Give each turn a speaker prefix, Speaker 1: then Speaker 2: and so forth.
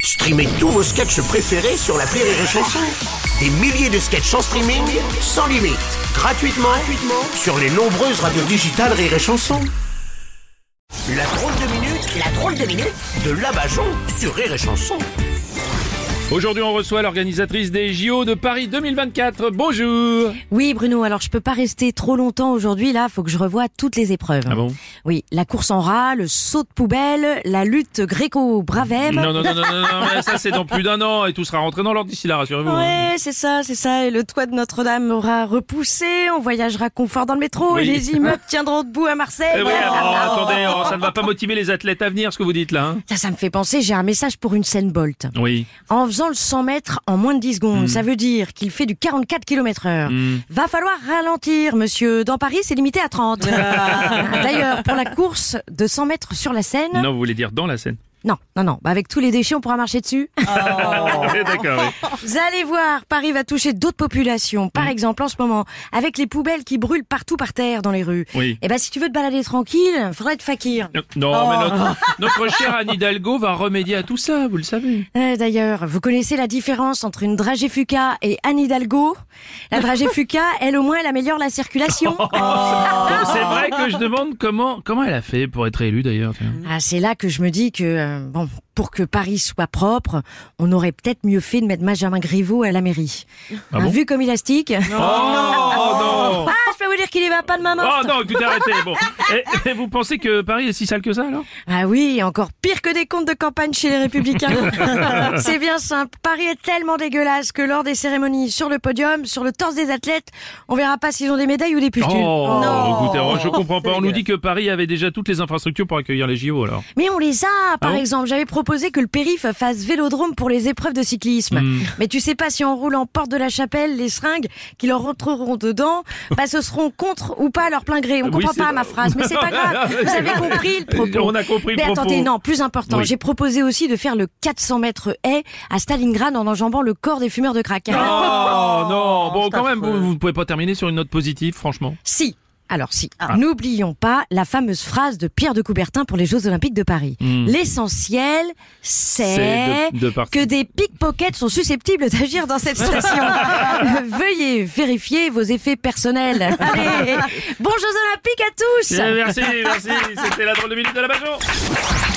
Speaker 1: Streamez tous vos sketchs préférés sur la Rire et Chanson. Des milliers de sketchs en streaming, sans limite, gratuitement, gratuitement sur les nombreuses radios digitales Rire et Chanson. La drôle de minute, la drôle de minute de Labajon sur Rire et Chanson.
Speaker 2: Aujourd'hui, on reçoit l'organisatrice des JO de Paris 2024. Bonjour.
Speaker 3: Oui, Bruno, alors je peux pas rester trop longtemps aujourd'hui. Là, faut que je revoie toutes les épreuves.
Speaker 2: Ah bon
Speaker 3: Oui, la course en rat, le saut de poubelle, la lutte gréco-bravem.
Speaker 2: Non, non, non, non, non, non, mais ça c'est dans plus d'un an et tout sera rentré dans l'ordre d'ici là, rassurez-vous. hein.
Speaker 3: Ouais, c'est ça, c'est ça. Et le toit de Notre-Dame aura repoussé, on voyagera confort dans le métro
Speaker 2: Oui.
Speaker 3: et les immeubles tiendront debout à Marseille.
Speaker 2: Eh oui,
Speaker 3: Voilà.
Speaker 2: alors, attendez, alors, ça ne va pas motiver les athlètes à venir, ce que vous dites là. hein.
Speaker 3: Ça, ça me fait penser, j'ai un message pour une scène Bolt.
Speaker 2: oui.
Speaker 3: En faisant le 100 mètres en moins de 10
Speaker 2: Hmm.
Speaker 3: secondes, ça veut dire qu'il fait du 44 km heure. Va falloir ralentir, monsieur. Dans Paris, c'est limité à 30. D'ailleurs, pour la course de 100 mètres sur la Seine,
Speaker 2: Ah. Non, vous voulez dire dans la scène.
Speaker 3: Non, non, non. Bah, avec tous les déchets, on pourra marcher dessus.
Speaker 2: Oui, D'accord. oui.
Speaker 3: Vous allez voir, Paris va toucher d'autres populations.
Speaker 2: Hmm.
Speaker 3: Par exemple, en ce moment, avec les poubelles qui brûlent partout par terre dans les rues.
Speaker 2: Oui.
Speaker 3: Eh ben, si tu veux te balader tranquille, faudrait être fakir.
Speaker 2: Non, mais notre, notre chère Anne Hidalgo va remédier à tout ça, vous le savez.
Speaker 3: Euh, D'ailleurs, vous connaissez la différence entre une dragée fuca et Anne Hidalgo La dragée fuca, elle au moins, elle améliore la circulation.
Speaker 2: Donc, C'est vrai que je demande comment comment elle a fait pour être élue d'ailleurs. tiens.
Speaker 3: Ah, c'est là que je me dis que, euh, bon, pour que Paris soit propre, on aurait peut-être mieux fait de mettre Benjamin Griveaux à la mairie.
Speaker 2: Ah
Speaker 3: Hein,
Speaker 2: bon
Speaker 3: vu comme élastique.
Speaker 2: Oh non.
Speaker 3: Ah, je peux vous dire qu'il y va pas de ma
Speaker 2: Oh
Speaker 3: morte.
Speaker 2: non, écoutez, arrêtez. Bon. Et- et vous pensez que Paris est si sale que ça alors
Speaker 3: Ah oui, et encore pire que des comptes de campagne chez les Républicains. C'est bien simple. Paris est tellement dégueulasse que lors des cérémonies sur le podium, sur le torse des athlètes, on verra pas s'ils ont des médailles ou des pustules.
Speaker 2: Oh, écoutez, oh, je comprends pas. On nous dit que Paris avait déjà toutes les infrastructures pour accueillir les JO alors.
Speaker 3: Mais on les a, par
Speaker 2: Ah bon
Speaker 3: exemple. J'avais proposé que le périph fasse vélodrome pour les épreuves de cyclisme.
Speaker 2: Hmm.
Speaker 3: Mais tu sais pas si on roule en porte de la chapelle, les seringues qui leur rentreront dedans, bah, ce seront contre ou pas à leur plein gré. On
Speaker 2: Oui,
Speaker 3: comprend
Speaker 2: c'est
Speaker 3: pas
Speaker 2: vrai. Ah,
Speaker 3: ma phrase, mais c'est pas grave. Vous avez compris le propos.
Speaker 2: On a compris le
Speaker 3: Mais
Speaker 2: propos.
Speaker 3: attendez, non, plus important,
Speaker 2: Oui.
Speaker 3: j'ai proposé aussi de faire le 400 mètres haie à Stalingrad en enjambant le corps des fumeurs de crack.
Speaker 2: Oh non, bon quand même, vous, vous ne pouvez pas terminer sur une note positive, franchement.
Speaker 3: Si. Alors si,
Speaker 2: Ah.
Speaker 3: n'oublions pas la fameuse phrase de Pierre de Coubertin pour les Jeux Olympiques de Paris. L'essentiel, c'est
Speaker 2: Hmm. C'est de- de partir.
Speaker 3: que des pickpockets sont susceptibles d'agir dans cette station. Veuillez vérifier vos effets personnels. Allez, bons Jeux Olympiques à tous
Speaker 2: Eh, Merci, merci. C'était la drôle de minute de la Bajon.